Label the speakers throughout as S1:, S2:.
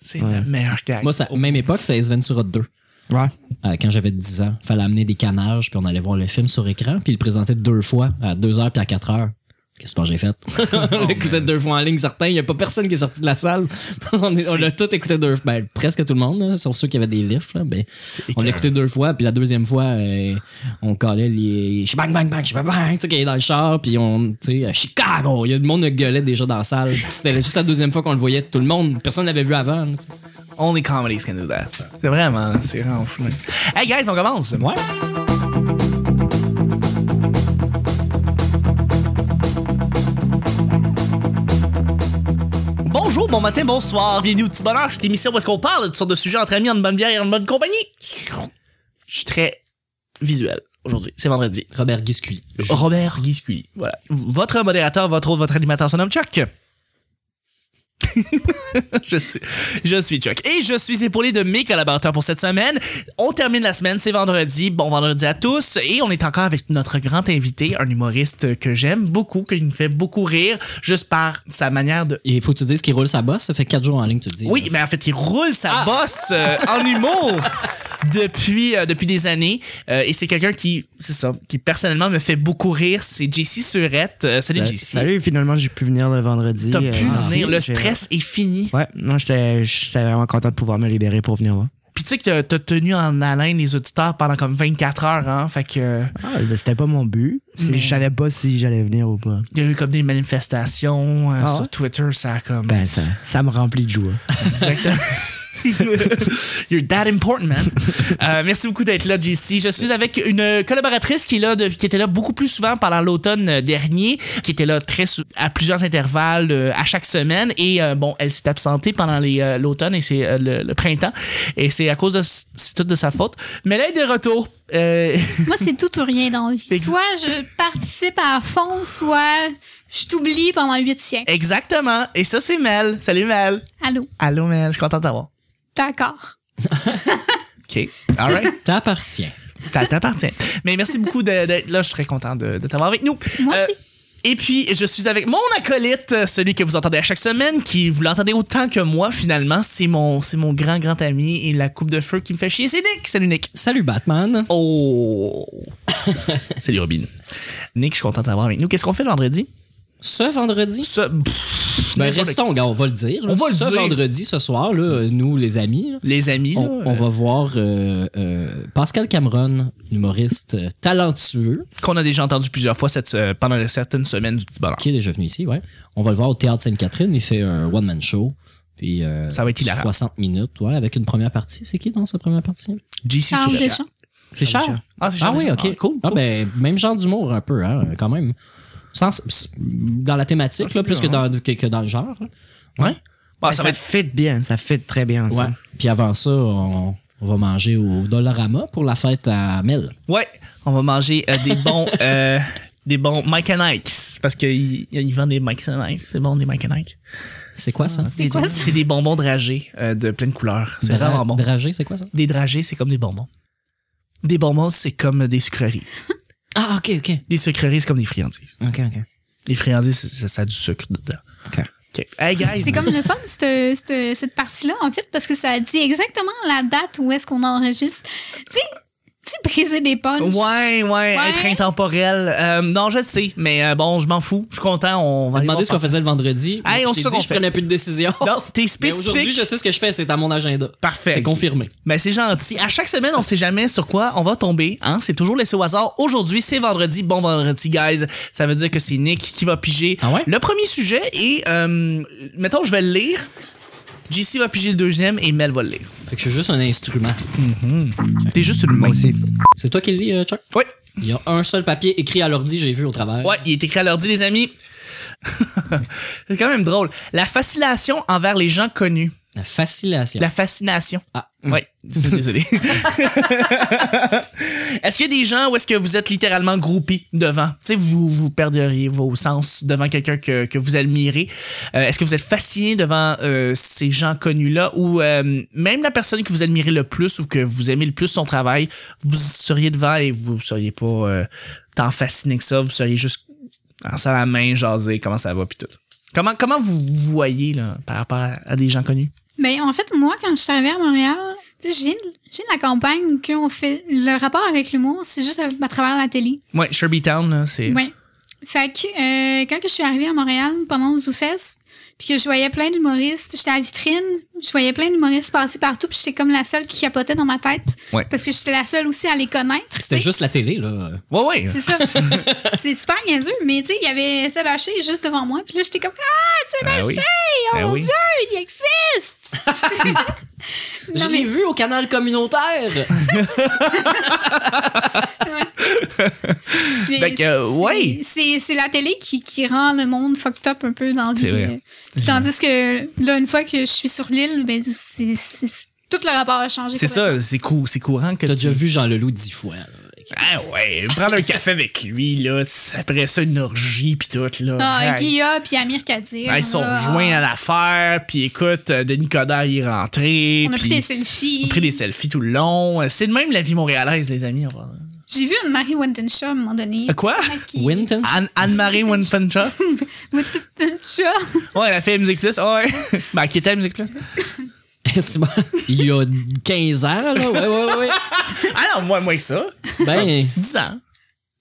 S1: C'est la meilleure carte.
S2: Moi, ça, même époque, c'est Ace Ventura 2.
S3: Ouais.
S2: Euh, quand j'avais 10 ans, fallait amener des canards, puis on allait voir le film sur écran, puis il le présentait deux fois, à 2 heures puis à 4 heures. Qu'est-ce que j'ai fait? on l'écoutait deux fois en ligne, certains. Il n'y a pas personne qui est sorti de la salle. on est- on l'a tout écouté deux fois. Ben, presque tout le monde, là, sauf ceux qui avaient des lifts. Là, ben, on
S1: écœurant.
S2: l'a écouté deux fois, puis la deuxième fois, euh, on collait les. Bang, bang, bang, bang, bang. Tu sais, qu'il est dans le char, puis on. Tu sais, à Chicago. Il y a du monde qui gueulait déjà dans la salle. Puis C'était juste la deuxième fois qu'on le voyait, tout le monde. Personne l'avait vu avant. là, tu sais.
S1: Only comedies can do that. C'est vraiment, c'est vraiment fou. Hey guys, on commence.
S2: Ouais.
S1: Bonjour, bon matin, bonsoir, bienvenue au petit bonheur, cette émission où est-ce qu'on parle de toutes sortes de sujets entre amis, en bonne bière et en bonne compagnie. Je suis très visuel aujourd'hui, c'est vendredi.
S2: Robert Guisculi.
S1: Robert Guisculi, voilà. Votre modérateur, votre autre, votre animateur, son nom Chuck. je, suis, je suis Chuck. Et je suis épaulé de mes collaborateurs pour cette semaine. On termine la semaine, c'est vendredi. Bon vendredi à tous. Et on est encore avec notre grand invité, un humoriste que j'aime beaucoup, qui me fait beaucoup rire, juste par sa manière de
S2: Il faut que tu dises qu'il roule sa bosse. Ça fait 4 jours en ligne, tu le dis.
S1: oui, mais en fait, il roule sa bosse euh, en humour depuis, euh, depuis des années. Euh, et c'est quelqu'un qui, c'est ça, qui personnellement me fait beaucoup rire. C'est JC Surette. Euh, salut, JC.
S3: Ben, Salut, finalement, j'ai pu venir le vendredi.
S1: T'as
S3: euh,
S1: pu
S3: ah,
S1: venir. Le
S3: j'ai-
S1: stress est fini.
S3: Ouais, non, j'étais j'étais vraiment content de pouvoir me libérer pour venir voir.
S1: Puis tu sais que t'as- t'as tenu en haleine les auditeurs pendant comme 24 heures. Hein, fait que euh,
S3: Ah, ben, c'était pas mon but. C'est- Je savais pas si j'allais venir ou pas.
S1: il y a eu comme des manifestations euh,
S3: Ah
S1: sur
S3: ouais?
S1: Twitter. Ça Ah, a comme.
S3: Ben, ça, ça me remplit de joie.
S1: Exactement. You're that important, man. Euh, merci beaucoup d'être là, JC. Je suis avec une collaboratrice qui, est là de- qui était là beaucoup plus souvent pendant l'automne euh, dernier, qui était là très sou- à plusieurs intervalles euh, à chaque semaine. Et euh, bon, elle s'est absentée pendant les, euh, l'automne et c'est euh, le, le printemps. Et c'est à cause de. C'est tout de sa faute. Mais là, elle est de retour. Euh,
S4: Moi, c'est tout ou rien dans la vie.
S1: Ex-
S4: Soit je participe à fond, soit je t'oublie pendant huit siècles.
S1: exactement. Et ça, c'est Mel. Salut, Mel.
S4: Allô?
S1: Allô, Mel. Je suis content de t'avoir.
S4: D'accord.
S1: OK. All right.
S2: T'appartiens.
S1: Ça t'appartient. Mais merci beaucoup de- d'être là. Je suis très content de, de t'avoir avec nous. Euh,
S4: Moi aussi.
S1: Et puis, je suis avec mon acolyte, euh, celui que vous entendez à chaque semaine, qui vous l'entendez autant que moi, finalement. C'est mon, c'est mon grand, grand ami et la coupe de feu qui me fait chier. C'est Nick. Salut, Nick.
S2: Salut Batman.
S1: Oh. Salut, Robin. Nick, je suis content d'avoir avec nous. Qu'est-ce qu'on fait le vendredi?
S2: Ce vendredi.
S1: Ça, pff,
S2: Ben
S1: n'importe-
S2: restons, gars, on va le dire. là.
S1: On va le
S2: ce
S1: dire.
S2: vendredi, ce soir, là, euh, nous, les amis, là,
S1: Les amis,
S2: on,
S1: là,
S2: on va voir euh, euh, Pascal Cameron, humoriste euh, talentueux,
S1: qu'on a déjà entendu plusieurs fois cette, euh, pendant certaines semaines du petit bonheur.
S2: qui est déjà venu ici, ouais. On va le voir au Théâtre Sainte-Catherine. Il fait un one-man show. Puis, euh,
S1: Ça va être hilarant.
S2: 60 minutes, ouais, avec une première partie. C'est qui dans sa première partie?
S1: JC
S4: Charles
S1: Soulet.
S4: Deschamps.
S2: C'est
S1: Charles
S2: Charles.
S1: Deschamps. Ah, c'est Charles
S2: oui,
S1: Deschamps.
S2: ok.
S1: Ah, cool,
S2: Ah,
S1: cool.
S2: ben, même genre d'humour un peu, hein, quand même. Sans- dans la thématique,
S1: Ah,
S2: là,
S1: c'est
S2: plus que
S1: bien,
S2: dans, que, que dans le genre. là.
S1: Ouais. Bon,
S3: Ben,
S1: Ah, ça
S3: ça
S1: va être
S3: fit bien, ça fit très bien
S2: Ouais.
S3: ensemble.
S2: Puis avant ça, on, on va manger au Dollarama pour la fête à Mel.
S1: Ouais, on va manger euh, des bons euh, des bons Mike and Ike's parce qu'ils ils vendent des Mike and Ike's. C'est bon des Mike and Ike's.
S2: C'est quoi ça?
S4: C'est quoi ça?
S1: C'est des bonbons dragés euh, de pleine couleur. C'est
S2: Dra-
S1: vraiment bon.
S2: Dragé, c'est quoi ça?
S1: Des dragés, c'est comme des bonbons. Des bonbons, c'est comme des sucreries.
S2: Ah, ok, ok.
S1: Des sucreries, c'est comme des friandises.
S3: Ok, ok.
S1: Les friandises, c'est- ça, ça a du sucre dedans.
S3: Ok.
S1: OK. Hey guys.
S4: C'est comme le fun, cette, cette- cette partie-là, en fait, parce que ça dit exactement la date où est-ce qu'on enregistre. Tu sais, tu sais, briser des punches.
S1: Ouais, ouais, être intemporel. Euh, non, je sais, mais euh, bon, je m'en fous. Je suis content. On
S2: On m'a
S1: va
S2: demandé
S1: demander
S2: ce qu'on faisait le vendredi.
S1: Hey,
S2: je
S1: on
S2: t'ai
S1: sait
S2: dit,
S1: qu'on
S2: je
S1: fait.
S2: prenais plus de décision.
S1: Non, t'es
S2: Mais
S1: spécifique.
S2: aujourd'hui, je sais ce que je fais, c'est à mon agenda.
S1: Parfait.
S2: C'est confirmé.
S1: Ben, c'est gentil. À chaque semaine, on sait jamais sur quoi on va tomber. Hein? C'est toujours laissé au hasard. Aujourd'hui, c'est vendredi. Bon vendredi, guys. Ça veut dire que c'est Nick qui va piger
S2: Ah ouais?
S1: le premier sujet et, euh, mettons, je vais le lire. JC va piger le deuxième et Mel va le lire.
S2: Fait que je suis juste un instrument.
S1: T'es juste une main.
S3: aussi.
S2: C'est toi qui le lis, euh, Chuck?
S1: Ouais.
S2: Il y a un seul papier écrit à l'ordi, j'ai vu au travers.
S1: Ouais, il est écrit à l'ordi, les amis. c'est quand même drôle. La fascination envers les gens connus.
S2: La fascination.
S1: La fascination.
S2: Ah.
S1: Ouais, c'est- désolé. est-ce qu'il y a des gens où est-ce que vous êtes littéralement groupés devant? Tu sais, vous, vous perdriez vos sens devant quelqu'un que, que vous admirez. Euh, est-ce que vous êtes fasciné devant euh, ces gens connus-là ou euh, même la personne que vous admirez le plus ou que vous aimez le plus son travail, vous seriez devant et vous seriez pas euh, tant fasciné que ça, vous seriez juste en salle à la main, jaser, comment ça va, puis tout. Comment, comment vous voyez là, par rapport à, à des gens connus?
S4: Mais Ben, en fait, moi, quand je suis arrivée à Montréal, tu sais, j'ai j'ai la campagne qu'on fait. Le rapport avec l'humour, c'est juste à, à travers la télé.
S1: Ouais, Sherby Town, là, c'est.
S4: Ouais. Fait que euh, quand que je suis arrivée à Montréal pendant ZooFest, puis que je voyais plein d'humoristes, j'étais à la vitrine, je voyais plein d'humoristes passer partout, puis j'étais comme la seule qui capotait dans ma tête.
S1: Ouais.
S4: Parce que j'étais la seule aussi à les connaître.
S2: C'était
S4: tu sais.
S2: juste la télé, là.
S1: Ouais, ouais.
S4: C'est ça. c'est super niaiseux, mais tu sais, il y avait Sébastien juste devant moi, puis là, j'étais comme Ah,
S1: Ben
S4: Sébastien!
S1: oui.
S4: Oh
S1: Ben
S4: mon
S1: oui.
S4: Dieu, il existe! Non,
S2: Je l'ai
S4: mais-
S2: vu au canal communautaire.
S4: Puis
S1: Fait que, euh,
S4: c'est-
S1: ouais.
S4: C'est c'est la télé qui, qui rend le monde fucked up un peu dans le
S1: C'est vrai.
S4: Tandis que là, une fois que je suis sur l'île, ben, c'est- c'est- c'est- tout le rapport a changé.
S1: C'est ça, c'est cou- c'est courant que
S2: T'as déjà
S1: tu-
S2: vu Jean Leloup dix fois. là.
S1: Ah ouais, prendre un café avec lui, là, c'est- après ça, une orgie, pis tout, là.
S4: Ah,
S1: Hey.
S4: Guilla puis Amir Kadir.
S1: Ah, ils sont
S4: là.
S1: joints à l'affaire, puis écoute, euh, Denis Coderre y est rentré,
S4: On a
S1: puis
S4: pris des selfies.
S1: on a pris des selfies tout le long. Euh, C'est de même la vie montréalaise, les amis. en vrai.
S4: J'ai vu une Marie Wintenshaw à un moment donné.
S1: Euh, Quoi?
S4: Qui-
S2: Winton?
S1: Anne- Anne-Marie Winfencha?
S4: Wintenshaw.
S1: Ouais, elle a fait Musique Plus, ouais. Ben, qui était à Musique Plus?
S2: C'est bon. Il y a 15 ans, là. Ouais, ouais, ouais.
S1: Ah non, moi, moi que ça.
S2: Ben,
S1: 10 ans.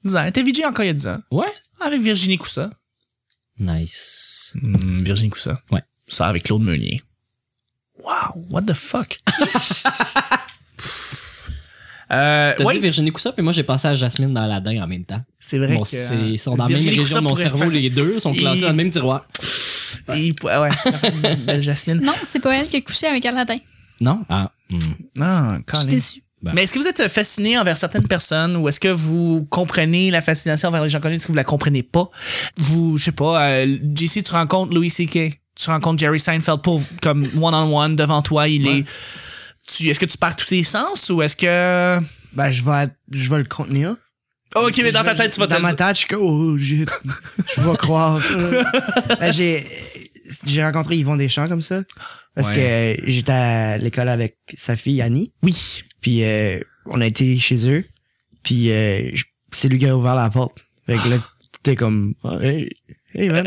S1: 10 ans. Elle était VJ encore il y a 10 ans. Ah,
S2: ouais.
S1: Avec Virginie Coussa.
S2: Nice.
S1: Hmm, Virginie Coussa.
S2: Ouais.
S1: Ça, avec Claude Meunier. Wow, what the fuck? euh,
S2: T'as
S1: ouais,
S2: dit Virginie Coussa, puis moi, j'ai passé à Jasmine dans Aladdin en même temps.
S1: c'est vrai
S2: Bon,
S1: que...
S2: c'est-
S1: euh,
S2: ils sont dans la même
S1: Virginie
S2: région de
S1: Coussa
S2: mon
S1: pourrait
S2: cerveau,
S1: faire-
S2: les deux sont classés
S1: Et-
S2: dans le même tiroir.
S1: Il pou- ah ouais, belle Jasmine.
S4: Non, c'est pas elle qui a couché avec Aladdin.
S2: Non? Ah. hmm.
S1: Ah,
S4: Je
S1: quand
S4: suis déçue.
S2: Ben.
S1: Mais est-ce que vous êtes euh, fasciné envers certaines personnes ou est-ce que vous comprenez la fascination envers les gens connus? Est-ce que vous la comprenez pas? Vous, je sais pas, euh, JC, tu rencontres Louis C.K., tu rencontres Jerry Seinfeld pour, comme one-on-one devant toi, il
S2: Ouais.
S1: est. Tu, est-ce que tu perds tous tes sens ou est-ce que.
S3: Ben, je vais, être- je vais le contenir.
S1: ok, mais dans ta tête, tu vas te
S3: Dans
S1: le
S3: ma
S1: dire.
S3: tête, je suis comme, oh, j'ai- je vais croire. ça. Ben, j'ai, j'ai rencontré Yvon Deschamps comme ça. Parce que j'étais à l'école avec sa fille Annie.
S1: Oui.
S3: Puis euh, on a été chez eux. Puis euh, je- c'est lui qui a ouvert la porte. Fait que là, t'es comme, oh, hey, hey, man.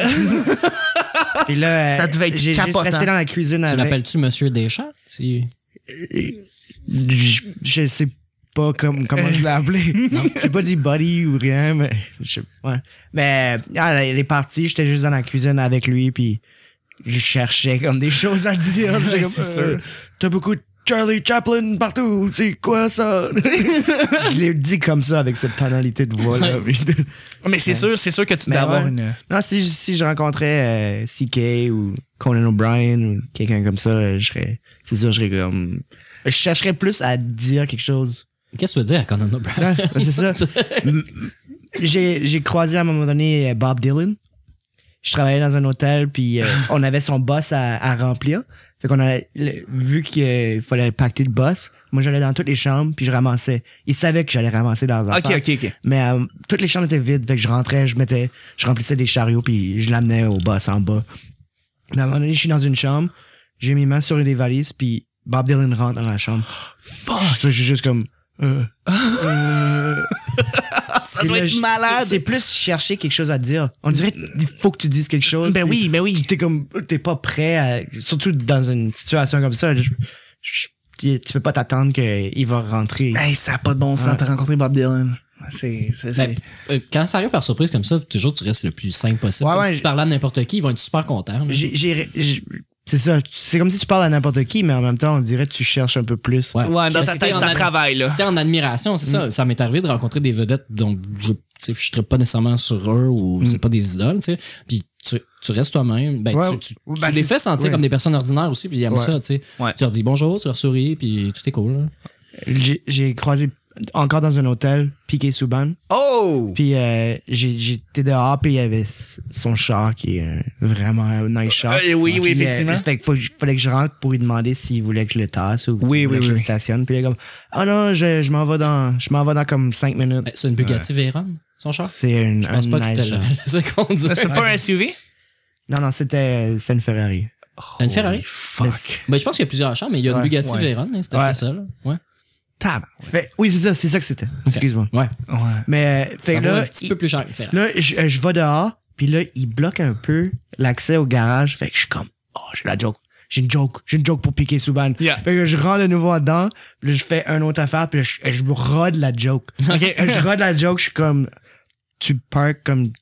S3: Puis là,
S1: Ça
S3: euh,
S1: devait être
S3: j'ai juste
S1: capotant.
S3: resté dans la cuisine
S1: Ah, ben-
S2: Tu
S3: avec.
S2: l'appelles-tu Monsieur Deschamps? Tu-
S3: Je, je sais pas comme, comment je l'ai appelé. J'ai pas dit buddy ou rien, mais je sais pas. Mais ah, il est parti, j'étais juste dans la cuisine avec lui, puis je cherchais comme des choses à dire. J'étais comme,
S1: C'est
S3: euh,
S1: sûr.
S3: T'as beaucoup de Charlie Chaplin partout, c'est quoi ça? je l'ai dit comme ça avec cette tonalité de voix-là.
S1: Mais c'est sûr, c'est sûr que tu
S3: Mais
S1: dois avoir
S3: ouais.
S1: une. euh,
S3: non, si, je- si je rencontrais euh, CK ou Conan O'Brien ou quelqu'un comme ça, euh, je serais, c'est sûr, je serais comme. Je chercherais plus à dire quelque chose.
S2: Qu'est-ce que tu veux dire à Conan O'Brien?
S3: Ouais, ben, c'est ça. M- J'ai j'ai croisé à un moment donné euh, Bob Dylan. Je travaillais dans un hôtel, puis euh, on avait son boss à, à remplir. Fait qu'on a le- vu qu'il euh, fallait pacter le boss. Moi, j'allais dans toutes les chambres, puis je ramassais. Il savait que j'allais ramasser dans un
S1: Ok, ok, ok.
S3: Mais euh, toutes les chambres étaient vides. Fait que je rentrais, je mettais, je remplissais des chariots, puis je l'amenais au boss en bas. Puis, À un moment donné, je suis dans une chambre, j'ai mes mains sur une des valises, puis Bob Dylan rentre dans la chambre.
S1: Fuck!
S3: Ça, je suis juste comme... euh, euh,
S1: Ça
S3: puis
S1: doit
S3: là,
S1: être
S3: je- c'est- C'est
S1: malade!
S3: plus chercher quelque chose à dire. On dirait qu'il faut que tu dises quelque chose.
S1: Ben oui, ben
S3: Puis
S1: oui.
S3: T'es comme, t'es pas prêt à- surtout dans une situation comme ça. je- je- tu peux pas t'attendre qu'il va rentrer.
S1: Hey, ça a pas de bon sens,
S3: Ouais.
S1: t'as rencontré Bob Dylan. C'est. c'est- c'est-
S2: Ben, euh, quand ça arrive par surprise comme ça, toujours tu restes le plus simple possible.
S3: Ouais,
S2: Comme
S3: ouais,
S2: si tu
S3: j-
S2: parles à n'importe qui, ils vont être super contents. là.
S1: Mm-hmm.
S3: J'ai- j'ai- j'ai- c'est ça. C'est comme si tu parles à n'importe qui, mais en même temps, on dirait que tu cherches un peu plus.
S2: Ouais.
S1: Ouais, dans
S2: Mais
S1: ta
S2: c'était
S1: tête,
S2: en
S1: ça
S2: ad-
S1: travaille, là.
S2: C'était en admiration, c'est
S3: Mm.
S2: ça. Ça m'est arrivé de rencontrer des vedettes dont je ne traite pas nécessairement sur eux ou
S3: Mm.
S2: c'est pas des idoles, tu sais. Puis tu, tu restes toi-même. Ben,
S3: Ouais.
S2: tu, tu-
S3: Ouais,
S2: tu
S3: ben,
S2: les
S3: c'est-
S2: fais sentir
S3: ouais.
S2: comme des personnes ordinaires aussi, puis ils aiment
S3: Ouais.
S2: ça, tu sais.
S1: Ouais.
S2: Tu leur dis bonjour, tu leur souris, puis tout est cool. là.
S3: J'ai j'ai croisé encore dans un hôtel, Piqué Souban.
S1: Oh!
S3: Puis euh, j'ai- j'étais dehors, puis il y avait s- son char qui est euh, vraiment un nice char.
S1: Euh, oui, oui,
S3: Puis, euh,
S1: effectivement.
S3: fait que faut- fallait que je rentre pour lui demander s'il voulait que je le tasse ou
S1: Oui,
S3: s'il voulait
S1: oui,
S3: que je
S1: oui.
S3: le stationne. Puis il est comme, ah non, je, je m'en vais dans, je m'en vais dans comme 5 minutes.
S2: Ben, c'est une Bugatti Veyron, son char.
S3: C'est une,
S2: Je pense
S3: un
S2: pas que
S3: nice
S2: tu
S3: char.
S2: laissé conduire.
S1: C'est pas un SUV?
S3: Non, non, c'était, c'était une Ferrari.
S2: Une Ferrari?
S1: Holy Fuck.
S2: Ben, je pense qu'il y a plusieurs chars, mais il y a une
S3: Ouais.
S2: Bugatti
S1: Ouais.
S2: Veyron, hein, c'était
S3: Ouais.
S2: acheté ça, là. Ouais.
S1: Tab.
S3: Fait- oui, c'est ça, c'est ça que c'était. Excuse-moi.
S2: Ouais.
S1: Ouais.
S3: Mais euh, fait
S2: ça
S3: que
S2: vaut
S3: là,
S2: un petit
S3: il-
S2: peu plus cher que Ferrari.
S3: Là, je, euh, je vais dehors, puis là, il bloque un peu l'accès au garage. Fait que je suis comme, oh, j'ai la joke. j'ai une joke, j'ai une joke pour piquer Souban.
S1: Yeah.
S3: Fait que je rentre de nouveau dedans, puis là, je fais un autre affaire, puis là, je, je rode la joke.
S1: OK.
S3: je rode la joke, je suis comme, tu parques comme,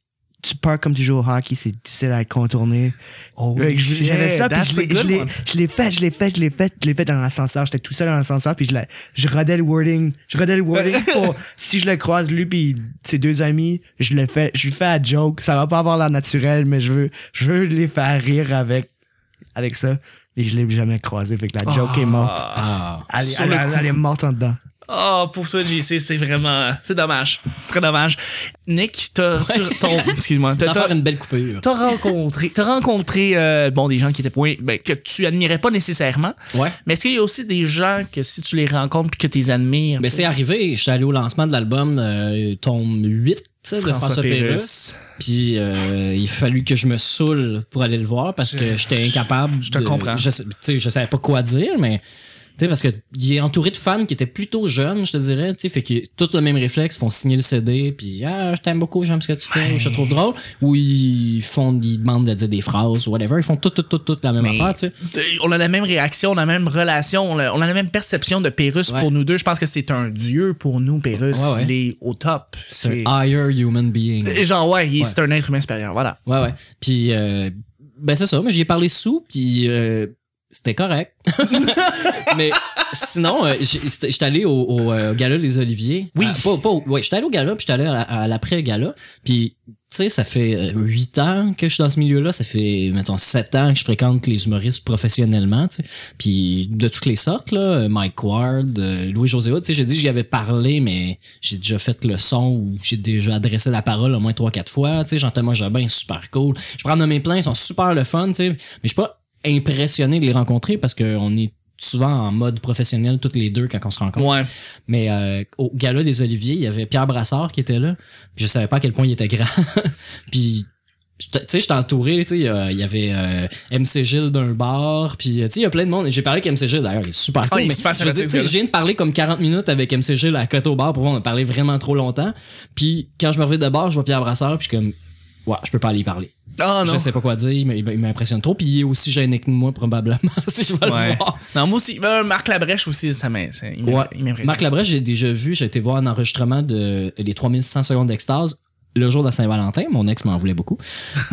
S3: tu parques comme tu joues au hockey, c'est difficile à contourner.
S1: Oh,
S3: Fait que je- J'avais ça, puis je l'ai- je l'ai-
S1: one.
S3: je l'ai fait, je l'ai fait, je l'ai fait, je l'ai fait dans l'ascenseur. J'étais tout seul dans l'ascenseur, puis je, la- je rodais le wording. Je rodais le wording pour, si je le croise, lui, puis ses deux amis, je le fais, je lui fais la joke. Ça va pas avoir l'air naturel, mais je veux, je veux les faire rire avec, avec ça. Et je l'ai jamais croisé, fait que la joke est morte.
S2: Ah.
S3: Elle, est-
S1: Sur
S3: elle-
S1: le
S3: elle-
S1: coup.
S3: elle est morte en dedans.
S1: Oh, pour toi, JC, c'est vraiment. C'est dommage. Très dommage. Nick, t'as. tu- ton- Excuse-moi. T'as-
S2: Ça va faire
S1: T'as
S2: une belle coupure.
S1: t'as rencontré, t'as rencontré euh, bon, des gens qui étaient point, ben, que tu admirais pas nécessairement.
S2: Ouais.
S1: Mais est-ce qu'il y a aussi des gens que si tu les rencontres puis que tu les admires?
S2: Mais
S1: tu
S2: Ben, c'est
S1: sais,
S2: arrivé, je suis allé au lancement de l'album euh, tome 8 tu sais, de François, Pérusse.
S1: Pérusse.
S2: Puis euh, il a fallu que je me saoule pour aller le voir parce que j'étais incapable.
S1: je te
S2: de-
S1: comprends.
S2: Je, sais- tu sais, je savais pas quoi dire, mais tu sais, parce que il est entouré de fans qui étaient plutôt jeunes, je te dirais. tu sais, Fait que tous le même réflexe, font signer le CD, puis ah, je t'aime beaucoup, j'aime ce que tu fais, je te trouve drôle. Ou ils font, ils demandent de dire des phrases ou whatever. Ils font tout, tout, tout, tout la même
S1: Mais-
S2: affaire, tu sais.
S1: Euh, On a la même réaction, on a la même relation, on a, on a la même perception de Pérus
S2: Ouais.
S1: pour nous deux. Je pense que c'est un dieu pour nous, Pérus.
S2: Ouais, ouais.
S1: Il est au top. C'est.
S2: C'est un higher human being.
S1: Genre, ouais, il- c'est un être humain supérieur. Voilà.
S2: Ouais, ouais. Puis, euh, ben c'est ça. Moi, j'y ai parlé sous, puis euh, c'était correct. Mais sinon, euh, j'ai- c'était- j'étais allé au, au, euh, Gala des Oliviers.
S1: Oui.
S2: Ah, pas, pas au- ouais, j'étais allé au gala, puis j'étais allé à, la- à l'après-gala. Puis, tu sais, ça fait 8 ans que je suis dans ce milieu-là. Ça fait, mettons, 7 ans que je fréquente les humoristes professionnellement, tu sais. Puis, de toutes les sortes, là, euh, Mike Ward, euh, Louis-José Hood, tu sais, j'ai dit que j'y avais parlé, mais j'ai déjà fait le son ou j'ai déjà adressé la parole au moins 3-4 fois. Tu sais, Jean-Thomas Jobin, super cool. Je prends nommer plein, ils sont super le fun, tu sais. Mais je suis pas impressionné de les rencontrer parce qu'on est souvent en mode professionnel toutes les deux quand on se rencontre.
S1: Ouais.
S2: Mais euh, au gala des Oliviers, il y avait Pierre Brassard qui était là. Puis je savais pas à quel point il était grand. puis j'étais- tu sais, j'étais entouré, tu sais, il y a- il y avait euh, MC Gilles d'un bar, puis euh, tu sais, il y a plein de monde. J'ai parlé avec MC Gilles d'ailleurs, il est super cool.
S1: Ah, il est
S2: mais
S1: super
S2: je veux dire,
S1: sympathique,
S2: tu sais,
S1: ce gars-là.
S2: je viens de parler comme 40 minutes avec MC Gilles à côté au bar, pour voir, on a parlé vraiment trop longtemps. Puis quand je me reviens de bar, je vois Pierre Brassard, puis je suis comme, ouais, je peux pas aller y parler.
S1: Oh non.
S2: Je sais pas quoi dire, il m- il m'impressionne trop, puis il est aussi gêné que moi probablement, si je vais le
S1: Ouais.
S2: voir.
S1: Non, moi aussi. euh, Marc Labrèche aussi, ça m'in- ça- il m'im-
S2: Ouais.
S1: il m'impressionne.
S2: Marc Labrèche, j'ai déjà vu, j'ai été voir un enregistrement de les 3100 secondes d'extase le jour de la Saint-Valentin. Mon ex m'en voulait beaucoup.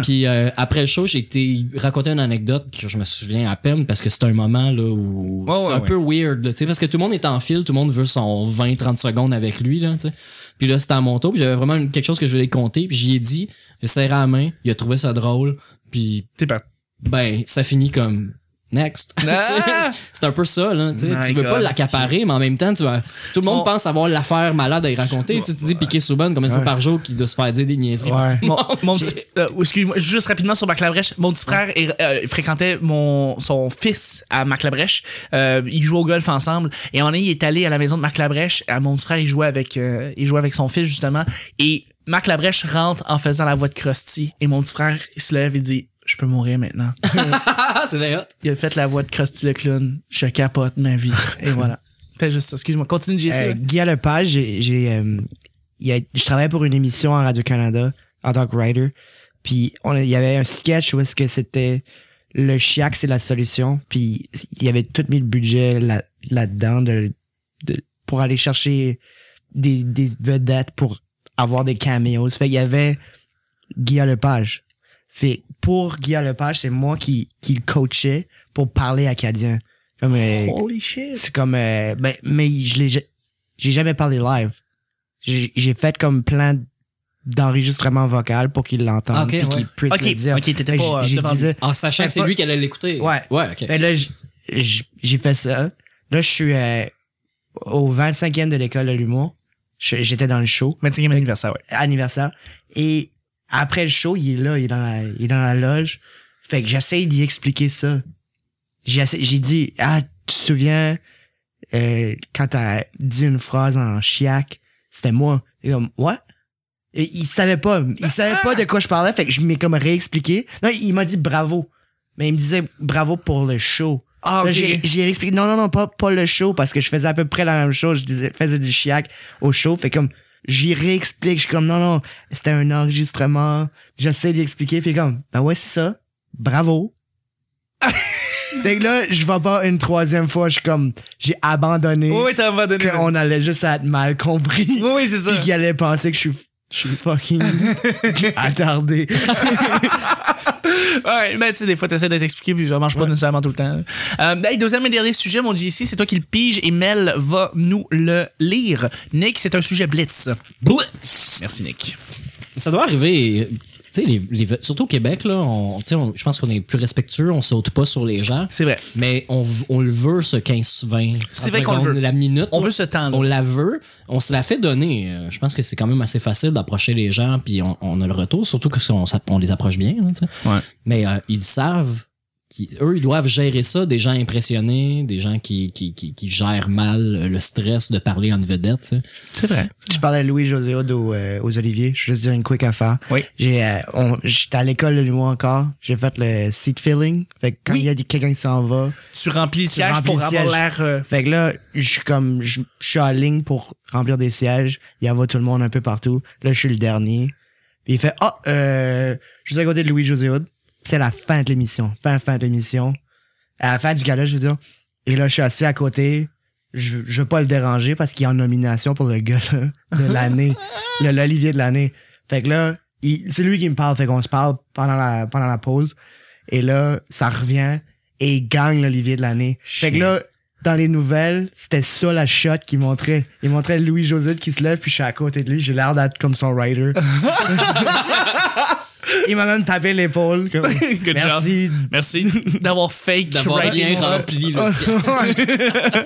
S2: Puis euh, après le show, j'ai été raconter une anecdote que je me souviens à peine parce que c'est un moment là où
S1: Ouais,
S2: c'est
S1: ouais,
S2: un
S1: ouais.
S2: peu weird, là, tu sais, parce que tout le monde est en file, tout le monde veut son 20-30 secondes avec lui, là, tu sais. Puis là, c'était à mon tour, puis j'avais vraiment quelque chose que je voulais compter, puis j'y ai dit, j'ai serré la main, il a trouvé ça drôle, puis
S1: T'es parti.
S2: ben ça finit comme next
S1: Ah!
S2: c'est un peu ça là tu sais.
S1: My
S2: tu veux pas
S1: God.
S2: l'accaparer mais en même temps tu vas tout le monde
S1: On-
S2: pense avoir l'affaire malade à y raconter tu te dis piqué Souban combien de fois
S3: Ouais.
S2: par jour qu'il doit se faire dire des niaiseries
S3: Ouais.
S1: Mon, mon petit, euh, excuse-moi, juste rapidement sur Marc Labrèche. Mon petit frère est- euh, fréquentait mon, son fils à Marc Labrèche. Euh, ils jouaient au golf ensemble. Et en un moment donné, il est allé à la maison de Marc Labrèche. À mon petit frère, il jouait avec, euh, il jouait avec son fils, justement. Et Marc Labrèche rentre en faisant la voix de Krusty. Et mon petit frère, il se lève et dit, je peux mourir maintenant.
S2: ah c'est vrai
S1: Il a fait la voix de Krusty le clown. Je capote ma vie. Et voilà. Fais juste ça. Excuse-moi. Continue, JC.
S3: Euh, Guy Lepage, j'ai, j'ai, euh, il y a- je travaillais pour une émission à Radio-Canada en tant que writer. Puis on a- il y avait un sketch où est-ce que c'était le chiac, c'est la solution. Puis il y avait tout mis le budget là, là-dedans de, de- pour aller chercher des, des vedettes pour avoir des cameos. Fait qu'il y avait Guy Lepage. Fait pour Guy Lepage, c'est moi qui, qui le coachais pour parler acadien. Comme, euh,
S1: Holy shit.
S3: c'est comme euh, ben, mais je l'ai ja- j'ai jamais parlé live. J'ai j'ai fait comme plein d'enregistrements vocaux pour qu'il l'entende
S2: Ah, ok,
S3: puis qu'il
S2: ouais.
S3: puisse
S1: Ok,
S3: le dire.
S1: ok, t'étais
S3: Fait que
S1: pas, euh,
S3: j'ai- j'ai
S1: devant
S3: dit
S1: lui.
S3: ça.
S2: en sachant
S3: Mais
S2: que c'est
S3: pas-
S2: lui qui allait l'écouter
S3: Ouais.
S2: ouais ok
S1: Ben,
S3: Fait que là j'- j'- j'ai fait ça. Là je suis euh, au 25e de l'école de l'humour. Je- J'étais dans le show
S1: 25e anniversaire, ouais.
S3: Ah anniversaire. Et après le show, il est là, il est dans la, il est dans la loge. Fait que j'essaye d'y expliquer ça. J'ai essa- j'ai dit, ah, tu te souviens, euh, quand t'as dit une phrase en chiac, c'était moi. Et comme, ouais? Et il savait pas, il savait pas de quoi je parlais, fait que je m'ai comme réexpliqué. Non, il m'a dit bravo. Mais il me disait bravo pour le show.
S1: Ah,
S3: Là, J'ai j'ai expliqué, non, non, non, pas, pas le show, parce que je faisais à peu près la même chose. Je disais, faisais du chiac au show. Fait comme, j'y réexplique. Je suis comme, non, non, c'était un enregistrement. J'essaie d'y expliquer. Puis comme, ben ouais, c'est ça. Bravo. Fait que là, je vais pas une troisième fois, je suis comme, j'ai abandonné.
S1: Oui, oui, t'as abandonné.
S3: Qu'on allait juste être mal compris.
S1: Oui, oui, c'est ça.
S3: Puis qu'il allait penser que je suis, je suis fucking attardé.
S1: Ouais, mais tu sais, des fois, t'essaies de t'expliquer, puis je mange pas nécessairement tout le temps. Euh, hey, deuxième et dernier sujet, mon JC, c'est toi qui le pige et Mel va nous le lire. Nick, c'est un sujet blitz.
S2: Blitz!
S1: Merci, Nick.
S2: Ça doit arriver. euh, Tu sais, les, les- surtout au Québec, là, on, tu sais, on- je pense qu'on est plus respectueux, on saute pas sur les gens.
S1: C'est vrai.
S2: Mais on, v- on le veut, ce 15-20.
S1: C'est vrai qu'on le veut.
S2: La minute.
S1: On
S2: là.
S1: veut ce temps-là.
S2: On la veut. On se la fait donner. Euh, Je pense que c'est quand même assez facile d'approcher les gens, puis on, on a le retour, surtout que si on, s'app- on les approche bien. là, tu sais.
S1: Ouais.
S2: Mais euh, ils savent. qu'ils- Eux, ils doivent gérer ça, des gens impressionnés, des gens qui, qui, qui, qui gèrent mal euh, le stress de parler en vedette. tu sais.
S1: C'est vrai.
S3: Tu parlais de Louis José Hood au, euh, aux Oliviers. Je vais juste dire une quick affaire.
S1: Oui.
S3: J'ai, euh, on- j'étais à l'école de l'humour encore. J'ai fait le seat filling. Fait que quand
S1: Oui.
S3: il y a des- quelqu'un qui s'en va.
S1: Tu remplis le siège
S3: remplis
S1: pour
S3: le
S1: avoir
S3: siège.
S1: l'air. euh,
S3: Fait que là, je suis comme, je je suis en ligne pour remplir des sièges. Il y en va tout le monde un peu partout. Là, je suis le dernier. Puis il fait, ah, euh, je suis à côté de Louis José Hood. C'est la fin de l'émission. Fin, fin de l'émission. À la fin du gala, je veux dire. Et là, je suis assis à côté. Je, je veux pas le déranger parce qu'il est en nomination pour le gala de l'année. le l'Olivier de l'année. Fait que là, il- c'est lui qui me parle. Fait qu'on se parle pendant la, pendant la pause. Et là, ça revient et il gagne l'Olivier de l'année. Fait que là, dans les nouvelles, c'était ça la shot qu'il montrait. Il montrait Louis Josette qui se lève, puis je suis à côté de lui, j'ai l'air d'être comme son writer. il m'a même tapé l'épaule. comme,
S1: Good job.
S3: Merci.
S1: Merci d'avoir fake.
S2: D'avoir
S1: writing
S2: rien
S1: ça. Ah,
S2: rempli. là, tu sais.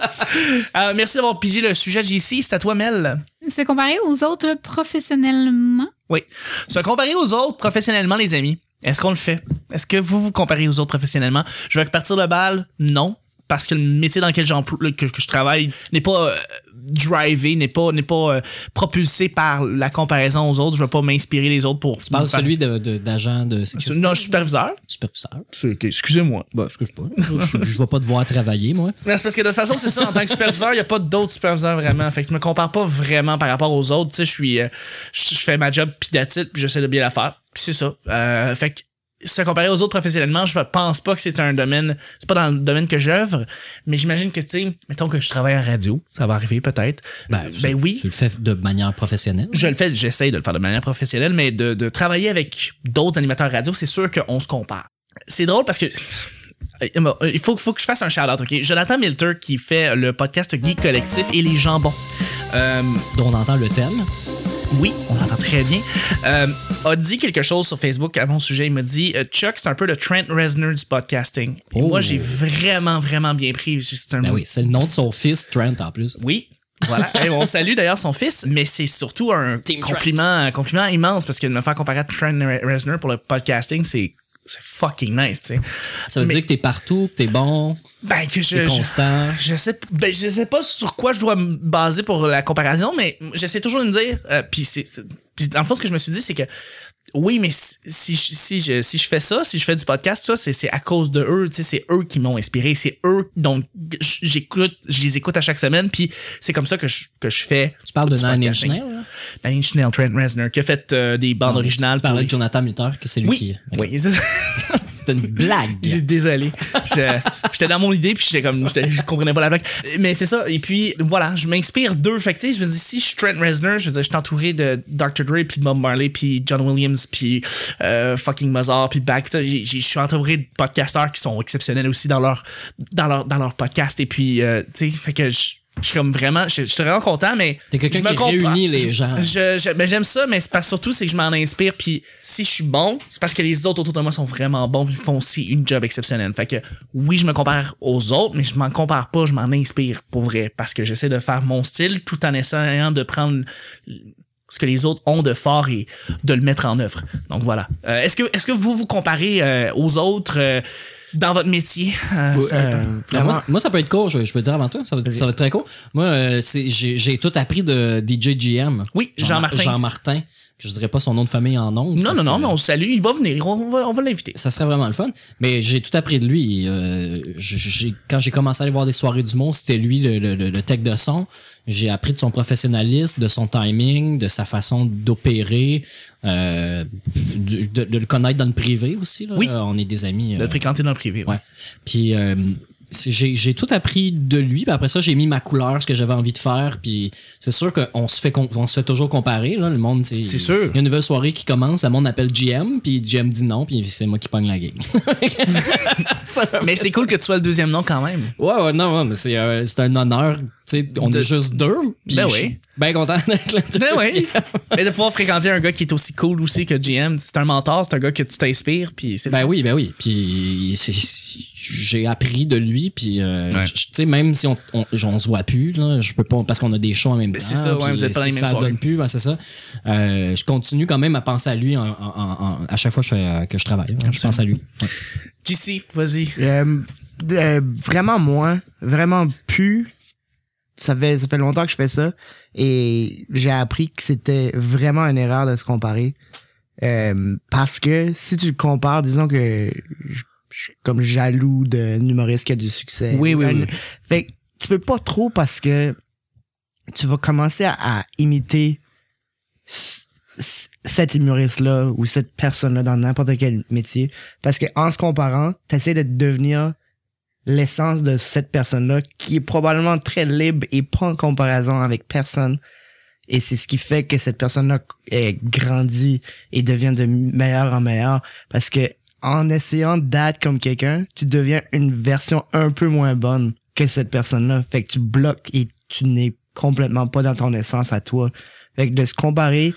S1: Euh, merci d'avoir pigé le sujet, JC. C'est à toi, Mel.
S4: Se comparer aux autres professionnellement.
S1: Oui. Se comparer aux autres professionnellement, les amis. Est-ce qu'on le fait? Est-ce que vous vous comparez aux autres professionnellement? Je vais partir de balle? Non. Parce que le métier dans lequel j'empl- le- que, que je travaille n'est pas euh, drivé, n'est pas, n'est pas euh, propulsé par la comparaison aux autres. Je ne vais pas m'inspirer des autres pour.
S2: Tu parles de celui de- de- d'agent de, sécurité.
S1: Non, je suis superviseur.
S2: Superviseur.
S1: Excusez-moi.
S2: Bah, excuse pas. Je, je vais pas devoir travailler, moi.
S1: Non, c'est parce que de toute façon, c'est ça. En tant que superviseur, il n'y a pas d'autres superviseurs vraiment. Fait que je me compare pas vraiment par rapport aux autres. Tu sais, je suis. euh, je je fais ma job pis that's it, puis j'essaie de bien la faire. Puis c'est ça. Euh, fait que se comparer aux autres professionnellement, je pense pas que c'est un domaine. C'est pas dans le domaine que j'œuvre, mais j'imagine que, tu sais, mettons que je travaille en radio, ça va arriver peut-être. Ben,
S2: tu-
S1: oui.
S2: Tu le fais de manière professionnelle.
S1: Je le fais, j'essaye de le faire de manière professionnelle, mais de, de travailler avec d'autres animateurs radio, c'est sûr qu'on se compare. C'est drôle parce que. euh, Il faut, faut que je fasse un shout-out, OK? Jonathan Milter qui fait le podcast Geek Collectif et les jambons. Euh,
S2: dont on entend le thème.
S1: oui, on l'entend très bien. Euh, a dit quelque chose sur Facebook à mon sujet. Il m'a dit euh, Chuck, c'est un peu le Trent Reznor du podcasting. Et
S2: Oh.
S1: Moi, j'ai vraiment, vraiment bien pris. C'est un
S2: Ben oui, c'est le nom de son fils, Trent, en plus.
S1: oui. Voilà. Et on salue d'ailleurs son fils, mais c'est surtout un compliment, un compliment immense parce que de me faire comparer à Trent Re- Reznor pour le podcasting, c'est c'est fucking nice, tu sais.
S2: Ça veut
S1: Mais-
S2: dire que t'es partout, que t'es bon,
S1: Ben que je,
S2: t'es
S1: je-
S2: constant.
S1: je sais, ben, je sais pas sur quoi je dois me baser pour la comparaison, mais j'essaie toujours de me dire. euh, puis c'est, c'est- puis en fait, ce que je me suis dit, c'est que oui, mais si, si, je- si je, si je fais ça, si je fais du podcast, ça, c'est, c'est à cause de eux. Tu sais, c'est eux qui m'ont inspiré. C'est eux donc j'écoute, je les écoute à chaque semaine. Puis c'est comme ça que je, que je fais.
S2: Tu parles de
S1: du
S2: Nine Inch
S1: podcasting.
S2: Nails, là?
S1: Nine Inch Nails, Trent Reznor, qui a fait euh, des bandes originales.
S2: Tu parlais
S1: pour
S2: de Jonathan Mutter, que c'est lui
S1: les-
S2: qui.
S1: Oui,
S2: Ok.
S1: oui, c'est ça.
S2: C'est une blague.
S1: Je- Désolé. Je- J'étais dans mon idée, puis j'étais comme, j'étais- je comprenais pas la blague. Mais c'est ça. Et puis, voilà, je m'inspire d'eux. Fait que, tu sais, je me dis, si je suis Trent Reznor, je veux dire, je suis entouré de Dr. Dre, puis Bob Marley, puis John Williams, puis euh, fucking Mozart, puis Bach. Tu sais, j'ai- j'ai- Je suis entouré de podcasteurs qui sont exceptionnels aussi dans leur, dans leur, dans leur podcast. Et puis, euh, tu sais, fait que je. Je suis comme vraiment, je, je suis vraiment content, mais.
S2: T'es quelqu'un
S1: je me
S2: qui
S1: compare-
S2: réunit les
S1: je-
S2: gens.
S1: je, je- ben, j'aime ça, mais c'est parce, surtout, c'est que je m'en inspire. Puis si je suis bon, c'est parce que les autres autour de moi sont vraiment bons. puis Ils font aussi une job exceptionnelle. Fait que oui, je me compare aux autres, mais je m'en compare pas. Je m'en inspire pour vrai. Parce que j'essaie de faire mon style tout en essayant de prendre ce que les autres ont de fort et de le mettre en œuvre. Donc voilà. Euh, est-ce, que, est-ce que vous vous comparez euh, aux autres euh, dans votre métier? Euh, ça
S3: Euh,
S1: dépend.
S2: Alors,
S3: vraiment,
S2: moi, moi, ça peut être court, je, je peux le dire avant toi, ça va, ça va être très court. Moi, euh, c'est- j'ai j'ai tout appris de DJ GM.
S1: Oui, Jean-Martin.
S2: Jean-Martin. Je dirais pas son nom de famille en nom.
S1: Non, non, non, mais on se salue. Il va venir. On va, on va l'inviter.
S2: ça serait vraiment le fun. Mais j'ai tout appris de lui. Euh, j- j'ai- quand j'ai commencé à aller voir des soirées du monde, c'était lui le, le- le- le tech de son. J'ai appris de son professionnalisme, de son timing, de sa façon d'opérer, euh, du- de, de le connaître dans le privé aussi. là.
S1: Oui.
S2: Euh, on est des
S1: De
S2: amis. euh,
S1: le fréquenter dans le privé.
S2: ouais. Puis euh, c'est- j'ai j'ai tout appris de lui. Puis après ça, j'ai mis ma couleur, ce que j'avais envie de faire. Puis c'est sûr qu'on se fait com- on se fait toujours comparer. Là, le monde, tu sais,
S1: C'est sûr.
S2: Il y a une nouvelle soirée qui commence. Le monde appelle GM. Puis GM dit non. Puis c'est moi qui pogne la game.
S1: Mais c'est cool que tu sois le deuxième nom quand même.
S2: Ouais, ouais, non, ouais, mais c'est euh, c'est un honneur. tu sais, on
S1: De-
S2: est juste deux. Puis
S1: Ben
S2: je suis
S1: oui.
S2: Ben content d'être là.
S1: Ben oui. Mais de pouvoir fréquenter un gars qui est aussi cool aussi que GM, c'est un mentor, c'est un gars que tu t'inspires. Puis c'est
S2: Ben oui, ben oui. Puis c'est- j'ai appris de lui. Puis euh,
S1: Ouais.
S2: je- tu sais, même si on, on, on se voit plus, là, je peux pas parce qu'on a des shows en même temps.
S1: Ben, C'est ça, ouais,
S2: puis
S1: vous êtes pas dans les
S2: si
S1: mêmes
S2: ça
S1: soirées.
S2: donne plus, ben c'est ça. Euh, je continue quand même à penser à lui en- en- en- en- à chaque fois que je, fais, euh, que je travaille. hein, je pense à lui. Ouais.
S1: JC, vas-y.
S3: Euh, euh, vraiment moins, vraiment plus. Ça fait, ça fait longtemps que je fais ça et j'ai appris que c'était vraiment une erreur de se comparer. Euh, parce que si tu le compares, disons que je, je suis comme jaloux d'un humoriste qui a du succès.
S1: Oui, oui,
S3: Un-
S1: oui.
S3: Fait que tu peux pas trop parce que tu vas commencer à, à imiter c- c- cet humoriste-là ou cette personne-là dans n'importe quel métier. Parce que en se comparant, t'essaies de devenir l'essence de cette personne-là qui est probablement très libre et pas en comparaison avec personne. Et c'est ce qui fait que cette personne-là eh, grandit et devient de meilleur en meilleur parce que en essayant d'être comme quelqu'un, tu deviens une version un peu moins bonne que cette personne-là. Fait que tu bloques et tu n'es complètement pas dans ton essence à toi. Fait que de se comparer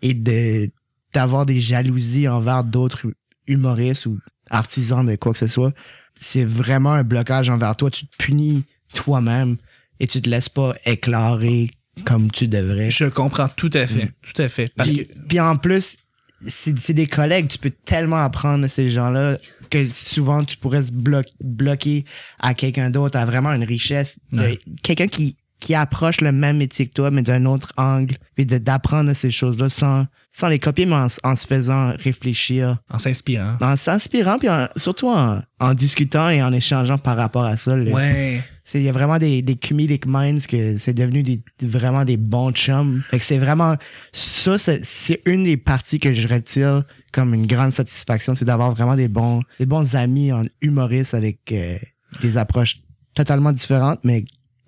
S3: et de d'avoir des jalousies envers d'autres humoristes ou artisans de quoi que ce soit, c'est vraiment un blocage envers toi. Tu te punis toi-même et tu te laisses pas éclairer comme tu devrais.
S1: Je comprends tout à fait. Tout à fait. Parce que.
S3: Puis, puis en plus, c'est c'est des collègues, tu peux tellement apprendre de ces gens-là que souvent tu pourrais se blo- bloquer à quelqu'un d'autre, à vraiment une richesse de
S1: Ouais.
S3: quelqu'un qui qui approche le même métier que toi, mais d'un autre angle, puis de- d'apprendre de ces choses-là sans, sans les copier, mais en, s- en se faisant réfléchir,
S1: En s'inspirant.
S3: en s'inspirant, puis en- surtout en, en discutant et en échangeant par rapport à ça. le-
S1: Ouais.
S3: c'est- Il y a vraiment des, des comedic minds que c'est devenu des, vraiment des bons chums. Fait que c'est vraiment, ça, c'est- c'est une des parties que je retire comme une grande satisfaction, c'est d'avoir vraiment des bons, des bons amis en humoristes avec euh, des approches totalement différentes, mais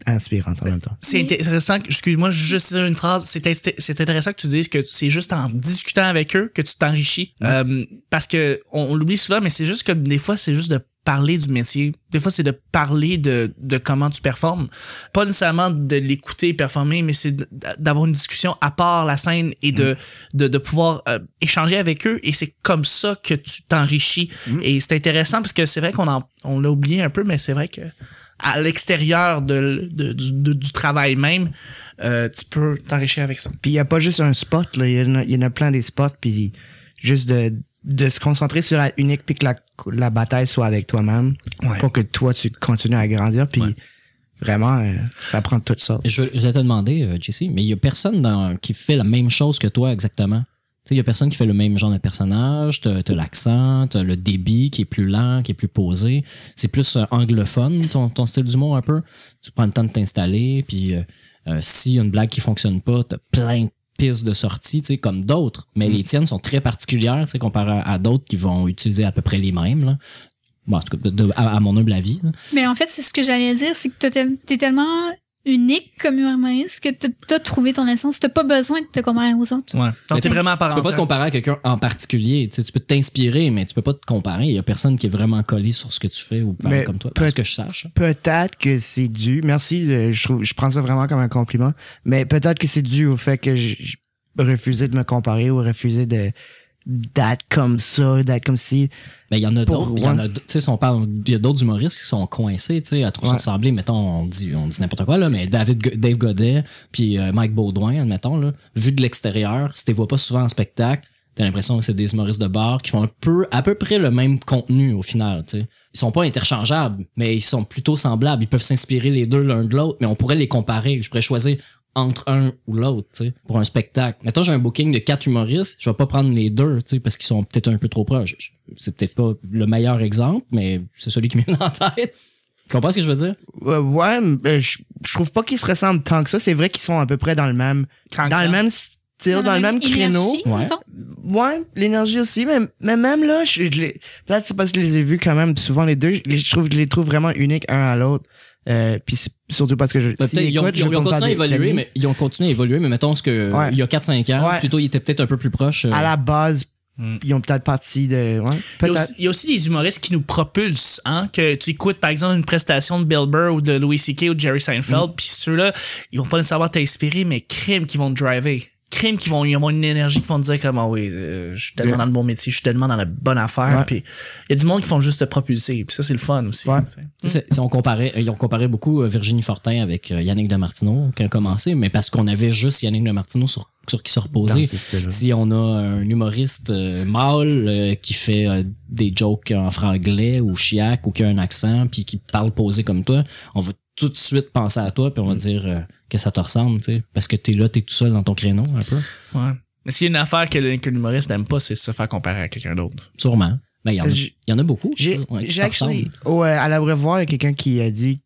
S3: inspirantes en même temps.
S1: C'est intéressant, que- excuse-moi, juste dire une phrase. C'est inté- c'est intéressant que tu dises que c'est juste en discutant avec eux que tu t'enrichis. Euh, parce que on, on l'oublie souvent, mais c'est juste que des fois, c'est juste de parler du métier. Des fois, c'est de parler de, de comment tu performes. Pas nécessairement de l'écouter et performer, mais c'est d- d'avoir une discussion à part la scène et de, de, de pouvoir euh, échanger avec eux. Et c'est comme ça que tu t'enrichis. Et c'est intéressant parce que c'est vrai qu'on en- on l'a oublié un peu, mais c'est vrai que à l'extérieur de, l- de- du, de- du travail même, euh, tu peux t'enrichir avec ça.
S3: Puis il n'y a pas juste un spot, là. Il y, en a- il y en a plein des spots, puis juste de, de se concentrer sur la unique, puis que la, la bataille soit avec toi-même,
S1: Ouais.
S3: pour que toi, tu continues à grandir, puis vraiment, euh, ça prend toute sorte.
S2: Je, je vais te demander, euh, JC, mais il y a personne dans- qui fait la même chose que toi exactement. Tu sais, Il y a personne qui fait le même genre de personnage, t'as t'as l'accent, t'as le débit qui est plus lent, qui est plus posé. C'est plus euh, anglophone, ton, ton style d'humour un peu. Tu prends le temps de t'installer, puis euh, euh, s'il y a une blague qui fonctionne pas, t'as plein de pistes de sortie, tu sais, comme d'autres. Mais les tiennes sont très particulières, tu sais, comparé à, à d'autres qui vont utiliser à peu près les mêmes. Là. Bon, en tout cas, de- de- à, à mon humble avis. là.
S4: Mais en fait, c'est ce que j'allais dire, c'est que t'as tel- t'es tellement unique comme humoriste que t'as- t'as trouvé ton essence. T'as pas besoin de te comparer aux autres.
S1: Ouais. Donc,
S2: Mais
S1: t'es vraiment à part
S2: Tu peux pas te
S1: entière.
S2: comparer à quelqu'un en particulier. Tu, sais, tu peux t'inspirer, mais tu peux pas te comparer. Il y a personne qui est vraiment collé sur ce que tu fais ou pas
S3: Mais
S2: comme toi,
S3: peut-
S2: parce que je sache.
S3: Peut-être que c'est dû. Merci, euh, je trouve, je prends ça vraiment comme un compliment. Mais peut-être que c'est dû au fait que je, je refusais de me comparer ou refusais de d'être comme ça, d'être comme si.
S2: Mais il y en a
S3: Pour-
S2: d'autres. Il y en
S3: ouais.
S2: a d- tu sais, si on parle, il y a d'autres humoristes qui sont coincés, tu sais, à trop
S3: Ouais.
S2: se ressembler. Mettons, on dit, on dit n'importe quoi là, mais David, Go- Dave Godet, puis euh, Mike Baudouin, admettons là, vu de l'extérieur, si tu les vois pas souvent en spectacle, t'as l'impression que c'est des humoristes de bar qui font un peu, à peu près le même contenu au final, tu sais. Ils sont pas interchangeables, mais ils sont plutôt semblables. Ils peuvent s'inspirer les deux l'un de l'autre, mais on pourrait les comparer. Je pourrais choisir entre un ou l'autre, tu sais, pour un spectacle. Mettons, j'ai un booking de quatre humoristes, je vais pas prendre les deux, tu sais, parce qu'ils sont peut-être un peu trop proches. Je- je- C'est peut-être pas le meilleur exemple, mais c'est celui qui me vient en tête. Tu comprends ce que je veux dire?
S3: Euh, ouais, mais, euh, je je trouve pas qu'ils se ressemblent tant que ça. C'est vrai qu'ils sont à peu près dans le même,
S1: Quand-
S3: dans le même style, dans, le même créneau.
S4: énergie,
S2: Ouais.
S4: mettons.
S3: Ouais, l'énergie aussi, mais, mais même là, je, je les, peut-être c'est parce que je les ai vus quand même souvent les deux. Je, les- je trouve, je les trouve vraiment uniques un à l'autre. Euh, puis c'est surtout parce que je.
S2: Ben,
S3: s'ils
S2: peut-être, ils ont,
S3: écoutent, Bah, je
S2: ils ont- ils ont
S3: compte
S2: continué à
S3: pas des-
S2: évoluer,
S3: d'ennemis.
S2: mais ils ont continué à évoluer, mais mettons ce que
S3: Ouais.
S2: il y a 4-5 ans,
S3: Ouais.
S2: plutôt ils étaient peut-être un peu plus proches. euh,
S3: À la base,
S1: Hmm.
S3: ils ont peut-être parti de.
S1: Il y,
S3: Ouais,
S1: a
S3: peut-être.
S1: aussi, il y a aussi des humoristes qui nous propulsent, hein, que tu écoutes par exemple une prestation de Bill Burr ou de Louis C.K. ou de Jerry Seinfeld, puis ceux-là, ils vont pas nécessairement t'inspirer, mais crime qui vont te driver. Crime qui vont, ils vont une énergie qui vont te dire comme, Ah oui, euh, je suis tellement
S3: Ouais.
S1: dans le bon métier, je suis tellement dans la bonne affaire,
S3: Ouais.
S1: puis il y a du monde qui font juste te propulser, puis ça c'est le fun aussi.
S3: Ouais.
S1: tu sais.
S2: C'est- c'est- on comparait, euh, ils ont comparé beaucoup euh, Virginie Fortin avec euh, Yannick Demartino qui a commencé, mais parce qu'on avait juste Yannick Demartino sur, sur qui se reposer.
S3: Dans ce style-là.
S2: Mm-hmm. Si on a un humoriste euh, mâle euh, qui fait euh, des jokes en franglais ou chiac ou qui a un accent puis qui parle posé comme toi, on va tout de suite penser à toi puis
S1: Mm.
S2: on va dire euh, que ça te ressemble, tu sais, parce que t'es là, t'es tout seul dans ton créneau un peu.
S1: Ouais. Mais s'il y a une affaire que, le- que l'humoriste n'aime pas, c'est se faire comparer à quelqu'un d'autre.
S2: Sûrement. Ben, il y, en a-
S3: J-
S2: il y en a beaucoup. qui
S3: J'ai
S2: se- ouais, qui
S3: j'ai
S2: se
S3: actually.
S2: ressemblent.
S3: Ouais, à l'abreuvoir, il y a quelqu'un qui a dit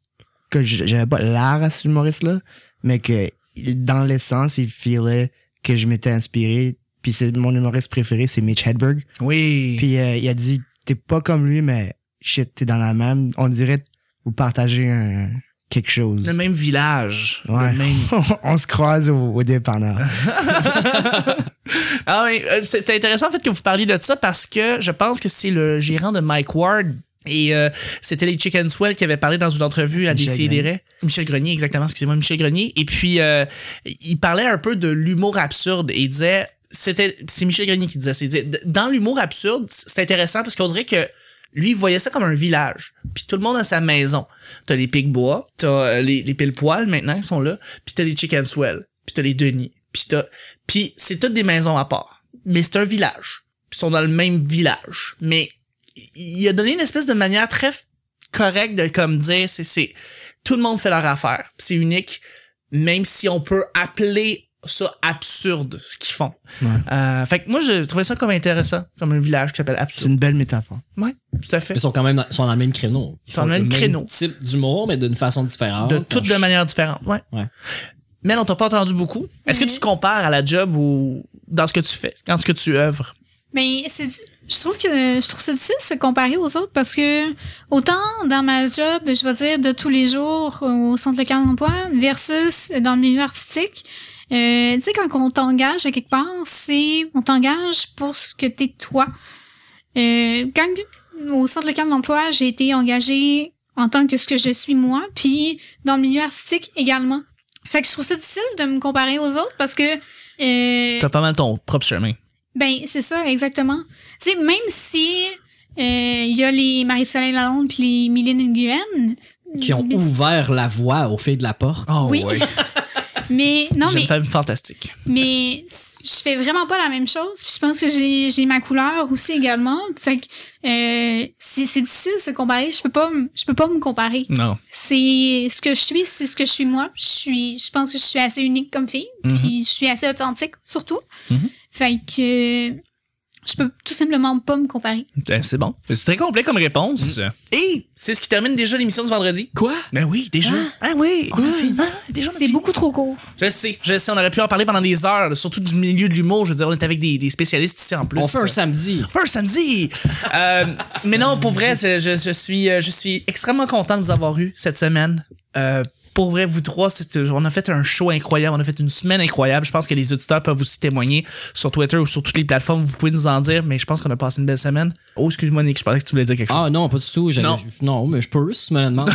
S3: que je- j'avais pas l'air à ce humoriste-là, mais que il- dans l'essence, il filait que je m'étais inspiré. Puis c'est mon humoriste préféré, c'est Mitch Hedberg.
S1: Oui.
S3: Puis euh, il a dit, t'es pas comme lui, mais shit, t'es dans la même. On dirait que vous partagez un, quelque chose.
S1: le même village.
S3: Ouais.
S1: Le même...
S3: on se croise au, au dépanneur.
S1: Ah oui, euh, c'est c'est intéressant en fait que vous parliez de ça parce que je pense que c'est le gérant de Mike Ward. Et euh, c'était les Chicken Swell qui avaient parlé dans une entrevue à
S3: Michel
S1: Décideret. Michel Grenier, exactement, excusez-moi, Michel Grenier. Et puis, euh, il parlait un peu de l'humour absurde et il disait, c'était, c'est Michel Grenier qui disait, ça, il disait, dans l'humour absurde, c'est intéressant parce qu'on dirait que lui, il voyait ça comme un village. Puis tout le monde a sa maison. T'as les Pigbois, t'as euh, les, les Pile-Poils maintenant qui sont là, puis t'as les Chicken Swell, puis t'as les Denis, puis t'as... Puis c'est toutes des maisons à part. Mais c'est un village. Puis ils sont dans le même village. Mais il a donné une espèce de manière très f- correcte de comme dire, c'est... c'est tout le monde fait leur affaire. Puis C'est unique, même si on peut appeler ça absurde, ce qu'ils font.
S3: Ouais.
S1: Euh, fait que moi, je trouvais ça comme intéressant, comme un village qui s'appelle
S3: C'est
S1: Absurde.
S3: une belle métaphore.
S1: Ouais, tout à fait.
S2: Ils sont quand même dans, ils sont dans le même créneau. Ils
S1: Sont dans le même créneau.
S2: type d'humour, mais d'une façon différente.
S1: De toutes de
S2: manière
S1: manières différentes. Ouais.
S2: Ouais.
S1: Mel, on t'a pas entendu beaucoup. Est-ce que tu te compares à la job ou dans ce que tu fais, dans ce que tu œuvres?
S4: Mais c'est je trouve que je trouve ça difficile de se comparer aux autres parce que autant dans ma job, je vais dire de tous les jours au centre local d'emploi versus dans le milieu artistique, euh, tu sais quand on t'engage à quelque part, c'est on t'engage pour ce que t'es toi. Euh, quand au centre local d'emploi, j'ai été engagée en tant que ce que je suis moi, puis dans le milieu artistique également. Fait que je trouve ça difficile de me comparer aux autres parce que euh,
S1: T'as pas mal ton propre chemin.
S4: ben, c'est ça, exactement. Tu sais, même si euh, il y a les Marie-Soleil Lalonde puis les Mylène Nguyen...
S2: qui ont
S4: mais-
S2: ouvert la voie au fait de la porte.
S1: Oh,
S4: Oui. Mais non,
S1: J'ai
S4: mais,
S1: une femme fantastique.
S4: mais c- je fais vraiment pas la même chose. Puis je pense que j'ai j'ai ma couleur aussi également. Fait que euh, c'est c'est difficile de se comparer. Je peux pas m- je peux pas me comparer.
S1: Non.
S4: C'est ce que je suis, c'est ce que je suis moi. Je suis je pense que je suis assez unique comme fille,
S1: Mhm.
S4: puis je suis assez authentique surtout.
S1: Mhm.
S4: Fait que euh, je peux tout simplement pas me comparer.
S1: Ben, c'est bon. C'est très complet comme réponse. Mm. Et c'est ce qui termine déjà l'émission du vendredi.
S2: Quoi?
S1: Ben oui, déjà. Ah, oui. Ah, déjà, on a
S4: C'est
S1: fini.
S4: beaucoup trop court.
S1: Je sais, je sais, on aurait pu en parler pendant des heures, surtout du milieu de l'humour. Je veux dire, on est avec des, des spécialistes ici en plus.
S2: On fait un samedi.
S1: First samedi. Euh, mais non, pour vrai, je, je- je suis, euh, je suis extrêmement content de vous avoir eu cette semaine. Euh, pour vrai, vous trois, c'est- on a fait un show incroyable, on a fait une semaine incroyable. Je pense que les auditeurs peuvent aussi témoigner sur Twitter ou sur toutes les plateformes. Vous pouvez nous en dire, mais je pense qu'on a passé une belle semaine. Oh, excuse-moi, Nick, je pensais que tu voulais dire quelque chose.
S2: Ah non, pas du tout. j'avais-
S1: Non.
S2: non, mais je peux si tu me le demandes.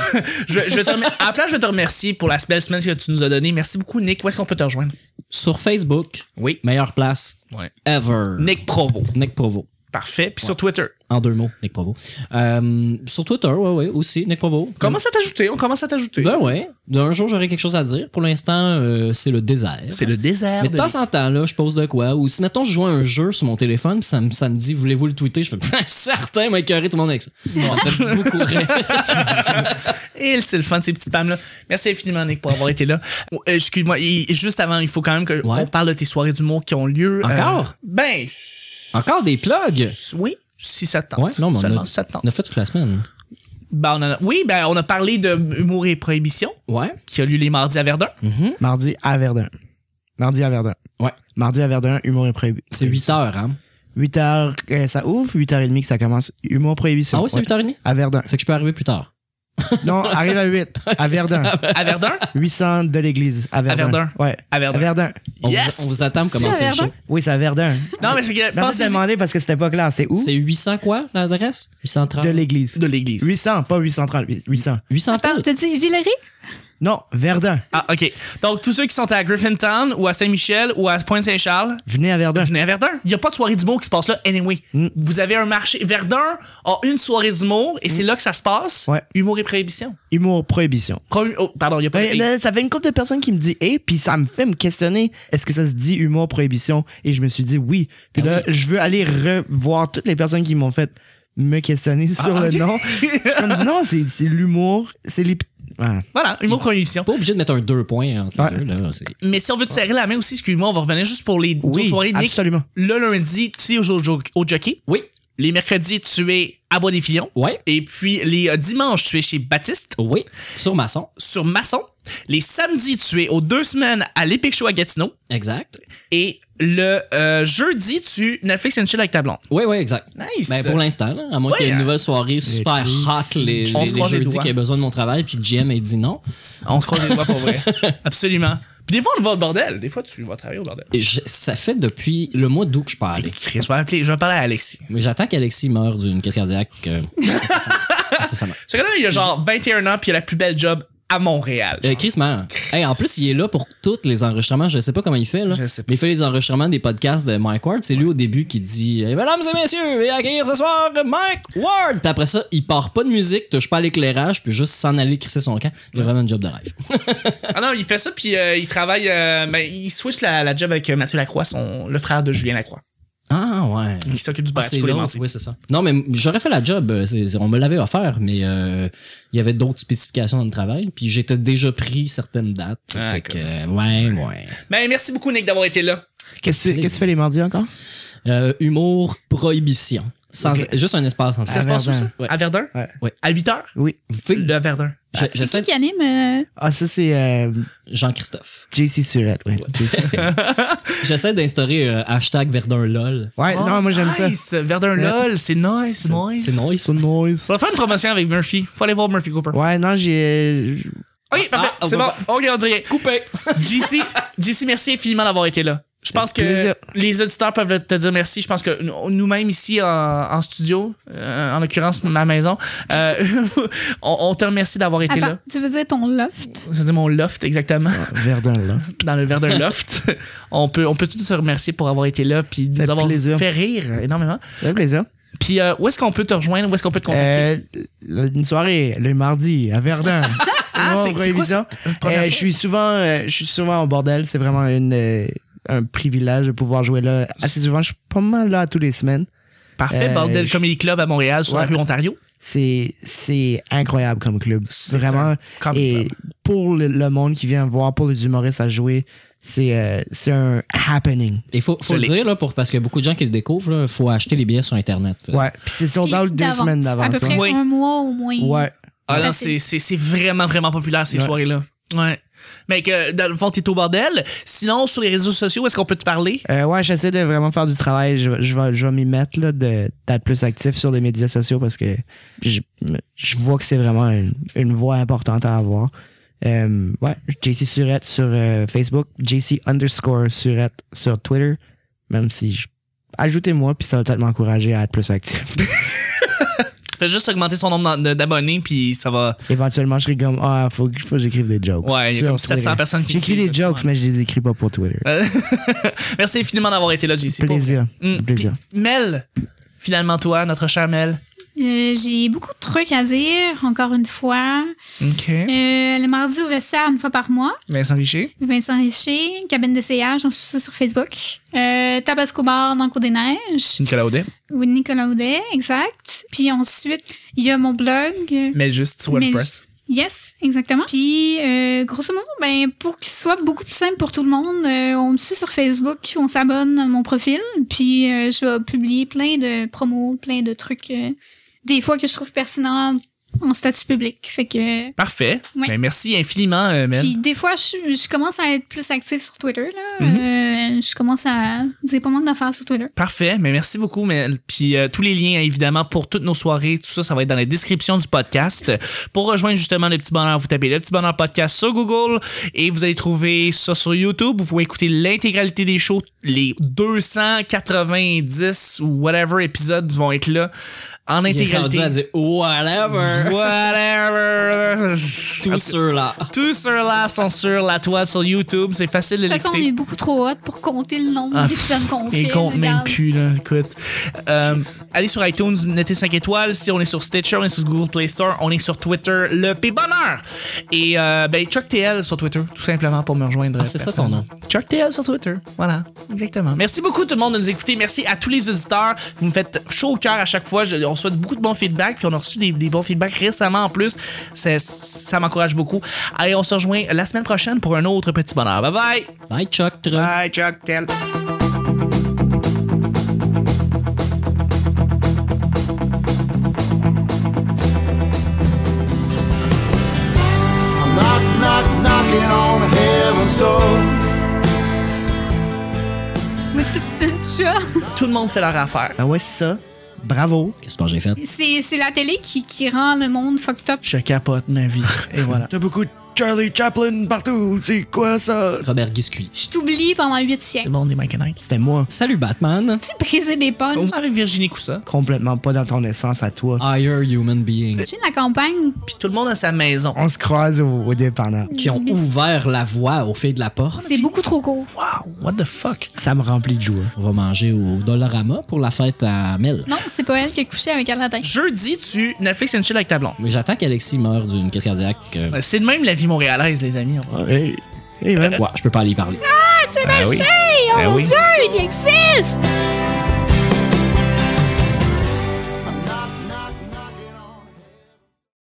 S1: Je, je te remer- à la place, je te remercie pour la belle semaine que tu nous as donnée. Merci beaucoup, Nick. Où est-ce qu'on peut te rejoindre?
S2: Sur Facebook,
S1: Oui.
S2: meilleure place
S1: Ouais.
S2: ever.
S1: Nick Provo.
S2: Nick Provo.
S1: Parfait. Puis sur Twitter.
S2: En deux mots, Nick Provo. Euh, sur Twitter, ouais, ouais, aussi, Nick Provo.
S1: Commence à t'ajouter. On commence à t'ajouter.
S2: Ben ouais. D'un jour, j'aurai quelque chose à dire. Pour l'instant, euh, c'est le désert.
S1: C'est le désert.
S2: Mais de
S1: de
S2: temps en temps, là, je pose de quoi. Ou si, mettons, je joue à un jeu sur mon téléphone, puis ça me, ça me dit, voulez-vous le tweeter? Je fais, Ben, certain, m'a écœuré tout le monde avec ça. Ça me fait beaucoup rire.
S1: Et c'est le fun, ces petits spams-là. Merci infiniment, Nick, pour avoir été là. Oh, euh, Excuse-moi, et- et juste avant, il faut quand même que- qu'on
S2: Ouais.
S1: parle de tes soirées d'humour qui ont lieu.
S2: Encore?
S1: Euh, ben,
S2: Encore des plugs.
S1: oui, si ça te tente.
S2: Ouais, non, mais on
S1: Seulement
S2: a,
S1: si ça te tente.
S2: on a fait toute la semaine.
S1: Ben, on en a- oui, ben, on a parlé de Humour et Prohibition,
S2: Ouais.
S1: qui a lieu les mardis à Verdun.
S3: Mardi à Verdun. Mardi à Verdun.
S2: Ouais.
S3: Mardi à Verdun, humour et prohibition.
S2: C'est 8 heures, hein?
S3: 8 heures que ça ouvre, 8h30 que ça commence. Humour prohibition.
S2: Ah oui, c'est
S3: Ouais.
S2: 8h30?
S3: À Verdun.
S2: Fait que je peux arriver plus tard.
S3: Non, arrive à 8. À Verdun.
S1: À Verdun?
S3: 800 de l'église. À Verdun.
S1: Verdun.
S3: Ouais.
S1: À Verdun.
S3: À Verdun.
S2: On,
S1: Yes! hein?
S2: vous, on vous attend pour
S4: C'est
S2: commencer
S4: à
S2: le show.
S4: Verdun?
S3: Oui, c'est à Verdun.
S1: Non, mais c'est que,
S3: Merci de
S1: pensez-y
S3: demander parce que c'était pas clair. C'est où?
S2: C'est 800 quoi, l'adresse? 830?
S3: De l'église.
S1: de l'église.
S3: 800, pas 830. 800.
S2: 800
S4: Attends, t'as dit Villery?
S3: Non, Verdun.
S1: Ah, OK. Donc, tous ceux qui sont à Griffintown ou à Saint-Michel ou à Pointe-Saint-Charles,
S3: Venez à Verdun.
S1: venez à Verdun. Il n'y a pas de soirée d'humour qui se passe là, anyway.
S3: Mm.
S1: Vous avez un marché. Verdun a une soirée d'humour et c'est là que ça se passe.
S3: Mm. Ouais.
S1: Humour et Prohibition.
S3: Humour prohibition.
S1: Pro- oh, pardon, il n'y a pas
S3: Ben,
S1: de...
S3: là, ça fait une couple de personnes qui me dit et puis ça me fait me questionner est-ce que ça se dit humour prohibition et je me suis dit oui puis
S2: Ah
S3: là je veux aller revoir toutes les personnes qui m'ont fait me questionner sur
S1: ok.
S3: le nom Je suis comme, non c'est c'est l'humour c'est les p- ah.
S1: Voilà, humour prohibition.
S2: Pas obligé de mettre un 2 points entre
S3: Ouais.
S2: les deux. Là, c'est-
S1: Mais si on veut te serrer la main aussi, excuse-moi, on va revenir juste pour les deux
S3: oui
S1: soirées. Nick,
S3: absolument
S1: le lundi, tu es au, jo- jo- au jockey.
S2: Oui.
S1: Les mercredis, tu es à Bois des Filions.
S2: Ouais.
S1: Et puis les euh, dimanches, tu es chez Baptiste
S2: Oui. Sur Maçon.
S1: sur Masson. Les samedis, tu es aux deux semaines à l'Epic Show à Gatineau.
S2: Exact.
S1: Et le euh, jeudi, tu Netflix and chill avec ta blonde.
S2: Oui, oui, exact.
S1: Nice.
S2: Ben, pour l'instant, là, à moins
S1: Ouais.
S2: qu'il y ait une nouvelle soirée super hot les,
S1: On
S2: les-
S1: se
S2: les
S1: croise les
S2: jeudis
S1: doigts.
S2: qui a besoin de mon travail, puis que GM ait dit non.
S1: On se croise les doigts pour vrai. Absolument. Puis des fois, on va au bordel. Des fois, tu vas travailler au bordel.
S2: Et je- ça fait depuis le mois d'août que je peux aller.
S1: Chris, je vais appeler, je vais parler à Alexis.
S2: Mais j'attends qu'Alexis meure d'une caisse cardiaque. euh, incessamment.
S1: Ce gars-là, il a genre 21 ans, puis il a la plus belle job à Montréal.
S2: Euh,
S1: genre.
S2: Chris meurt. Hey, en plus, il est là pour tous les enregistrements. Je sais pas comment il fait, là.
S1: Je sais pas.
S2: Mais il fait les enregistrements des podcasts de Mike Ward. C'est lui au début qui dit Eh, Mesdames et messieurs, veuillez accueillir ce soir Mike Ward. Puis après ça, il part pas de musique, touche pas à l'éclairage, puis juste s'en aller crisser son camp. Il a vraiment une job de rêve.
S1: Ah non, il fait ça, puis euh, il travaille. euh, ben, il switch la, la job avec euh, Mathieu Lacroix, son, le frère de Julien Lacroix,
S2: Ah ouais.
S1: qui s'occupe du
S2: Ah,
S1: bar
S2: c'est
S1: Ben, les
S2: l'autre,
S1: mardis.
S2: oui, c'est ça. Non, mais j'aurais fait la job. euh, c'est- c'est- on me l'avait offert, mais euh, il y avait d'autres spécifications dans le travail. Puis j'étais déjà pris certaines dates.
S1: Ah,
S2: fait que, euh, ouais, ouais.
S1: Ben, merci beaucoup, Nick, d'avoir été là.
S3: qu'est-ce que tu- qu'est-ce que tu fais les mardis encore
S2: Euh, humour, prohibition. Sans, Juste un espace entre
S1: Ça
S3: À
S1: se passe où, ça
S3: Verdun.
S1: À Verdun
S3: Ouais.
S2: Ouais.
S1: À 8 h
S3: oui
S2: Vous pouvez-
S1: Le Verdun.
S2: Je-
S4: C'est
S2: j'essaie-
S4: qui qui anime? euh,
S3: ah ça c'est euh,
S2: Jean-Christophe.
S3: JC Surette oui JC Surette.
S2: J'essaie d'instaurer euh, hashtag verdunlol.
S3: ouais Ah,
S1: Oh,
S3: non moi j'aime ça
S1: nice. Verdun LOL, c'est nice, c'est nice.
S2: C'est nice.
S3: c'est nice
S1: On va faire une promotion avec Murphy. Faut aller voir Murphy Cooper.
S3: ouais non j'ai euh,
S1: Ok, parfait.
S2: Ah, on
S1: c'est bon.
S2: va
S1: Ok, on dirait.
S2: Coupé.
S1: JC, JC, merci infiniment d'avoir été là. Je pense que
S3: plaisir.
S1: les auditeurs peuvent te dire merci. Je pense que nous- nous-mêmes ici en, en studio, euh, en l'occurrence ma maison, euh, on, on te remercie d'avoir été
S4: Attends,
S1: là.
S4: tu veux dire ton loft?
S1: C'était mon loft exactement,
S3: Verdun là
S1: dans le Verdun loft. on peut, on peut tous se remercier pour avoir été là puis nous
S3: Fait
S1: avoir
S3: plaisir.
S1: fait rire énormément.
S3: c'est un plaisir
S1: Puis euh, où est-ce qu'on peut te rejoindre, où est-ce qu'on peut te contacter
S3: Euh, le- une soirée le mardi à Verdun.
S1: Ah,
S3: Bon,
S1: c'est- c'est quoi
S3: révision.
S1: Première
S3: Euh,
S1: fois?
S3: je suis souvent, euh, je suis souvent au bordel. C'est vraiment une, euh, un privilège de pouvoir jouer là assez souvent. Je suis pas mal là tous les semaines.
S1: Parfait,
S3: euh,
S1: Bordel
S3: je-
S1: Comedy Club à Montréal, sur la
S3: Ouais.
S1: rue Ontario.
S3: C'est, c'est incroyable comme club. Vraiment.
S1: Comedy
S3: Et
S1: Club.
S3: pour le, le monde qui vient voir, pour les humoristes à jouer, c'est, euh, c'est un happening.
S2: Il faut, faut le
S1: Solide.
S2: dire, là, pour, parce que beaucoup de gens qui le découvrent, il faut acheter les billets sur Internet.
S3: Ouais. Puis c'est sold out
S4: Puis
S3: deux semaines
S4: À
S3: d'avance. hein.
S4: peu près
S1: ouais.
S4: un mois au moins.
S3: Ouais.
S1: Ah non,
S4: Merci.
S1: c'est, c'est, c'est vraiment, vraiment populaire ces
S3: Ouais.
S1: soirées-là. Ouais. Mais que, dans le fond, t'es au bordel. Sinon, sur les réseaux sociaux, est-ce qu'on peut te parler?
S3: Euh, ouais, j'essaie de vraiment faire du travail. Je, je vais, je vais m'y mettre, là, de- d'être plus actif sur les médias sociaux parce que je, je vois que c'est vraiment une, une voie importante à avoir. Euh, ouais, JC Surette sur euh, Facebook, JC underscore Surette sur Twitter, même si je. Ajoutez-moi, puis ça va peut-être m'encourager à être plus actif.
S1: Fais juste augmenter son nombre d'en- d'abonnés, puis ça va.
S3: Éventuellement, je serai comme Ah, faut, que- faut que j'écrive des jokes.
S1: Ouais, il y a
S3: sur
S1: comme 700
S3: Twitter.
S1: personnes qui
S3: J'écris des
S1: écrivent,
S3: jokes, mais je les écris pas pour Twitter.
S1: Merci infiniment d'avoir été là, JC. pour-
S3: Plaisir.
S1: Mm.
S3: Plaisir.
S1: Puis, Mel, Finalement, toi, notre chère Mel.
S4: Euh, J'ai beaucoup de trucs à dire, encore une fois.
S1: OK.
S4: Euh, le mardi au vestiaire, une fois par mois.
S1: Mm. Vincent Richer.
S4: Vincent Richer, cabine d'essayage, on suit ça sur Facebook. Euh, Tabasco Bar dans le Côte des Neiges.
S1: Nicolas Audet.
S4: Ou Nicolas Audet, exact. Puis ensuite, il y a mon blog.
S1: Mel Juste sur
S4: Mais-
S1: WordPress.
S4: Yes, exactement. Puis, euh, grosso modo, ben, pour qu'il soit beaucoup plus simple pour tout le monde, euh, on me suit sur Facebook, on s'abonne à mon profil, puis euh, je vais publier plein de promos, plein de trucs, euh, des fois que je trouve pertinents en statut public. Fait que...
S1: Parfait.
S4: Oui.
S1: Ben, merci infiniment, euh, Mel.
S4: Puis des fois, je, je commence à être plus active sur Twitter. Là.
S1: Mhm.
S4: Euh, je commence à dire pas mal d'affaires sur Twitter.
S1: Parfait, mais merci beaucoup, Mel. Puis euh, tous les liens, évidemment, pour toutes nos soirées, tout ça, ça va être dans la description du podcast. Pour rejoindre justement le petit bonheur, vous tapez le petit bonheur podcast sur Google et vous allez trouver ça sur YouTube. Vous pouvez écouter l'intégralité des shows. Les 290 ou whatever épisodes vont être là en
S2: Il est rendu
S1: intégralité.
S2: à dire whatever.
S1: Whatever.
S2: Tout sur là.
S1: Tous ceux-là sont sur la toile sur YouTube. C'est facile de
S4: De toute façon, on
S1: l'écouter.
S4: est beaucoup trop hot pour compter le nombre
S1: Ah,
S4: d'épisodes qu'on fait.
S1: Et compte même
S4: regarde.
S1: plus, là. Écoute. Euh, allez sur iTunes, notez 5 étoiles. Si on est sur Stitcher, on est sur Google Play Store, on est sur Twitter, le P Bonheur. Et euh, ben, Chuck TL sur Twitter, tout simplement pour me rejoindre.
S2: Ah, c'est ça ton
S1: personnellement. Chuck TL sur Twitter. Voilà. Exactement. Merci beaucoup tout le monde de nous écouter. Merci à tous les auditeurs. Vous me faites chaud au cœur à chaque fois. Je- on souhaite beaucoup de bons feedbacks. Puis on a reçu des, des bons feedbacks récemment en plus. C'est- ça m'encourage beaucoup. Allez, on se rejoint la semaine prochaine pour un autre petit bonheur. Bye bye.
S2: Bye, Chuck. Truc.
S3: Bye, Chuck Tell.
S5: Knock, knock, knocking on heaven's door.
S1: Tout le monde fait leur affaire.
S3: Ben ouais, c'est ça. Bravo.
S2: Qu'est-ce que j'ai fait?
S4: C'est c'est la télé qui, qui rend le monde fucked up.
S1: Je capote ma vie. Et voilà.
S3: T'as beaucoup de Charlie Chaplin partout. C'est quoi ça?
S2: Robert Guiscuit.
S4: Je t'oublie pendant huit
S1: Le
S4: siècles.
S1: monde des Mike and Ike.
S3: C'était moi.
S2: Salut, Batman.
S4: Tu briser des pommes.
S1: On arrive Virginie Coussa.
S3: Complètement pas dans ton essence à toi.
S2: Higher human being.
S4: J'ai la campagne.
S1: Puis tout le monde a sa maison.
S3: On se croise au, au dépanneur.
S2: Qui ont ouvert la voie aux filles de la porte.
S4: C'est beaucoup trop court.
S1: Wow, what the fuck?
S3: Ça me remplit de joie.
S2: On va manger au Dollarama pour la fête à Mel.
S4: Non, c'est pas elle qui a couché avec Aladdin.
S1: Jeudi, tu Netflix and chill avec ta blonde.
S2: Mais J'attends qu'Alexis meure d'une caisse cardiaque. euh,
S1: Euh, C'est de même la vie montréalaise, les amis. On va-
S3: Hey, hey, man.
S2: Ouais, je peux pas aller y parler.
S4: C'est ma
S1: oui.
S4: chérie! Oh
S1: Ben
S4: mon
S1: oui.
S4: dieu, il existe!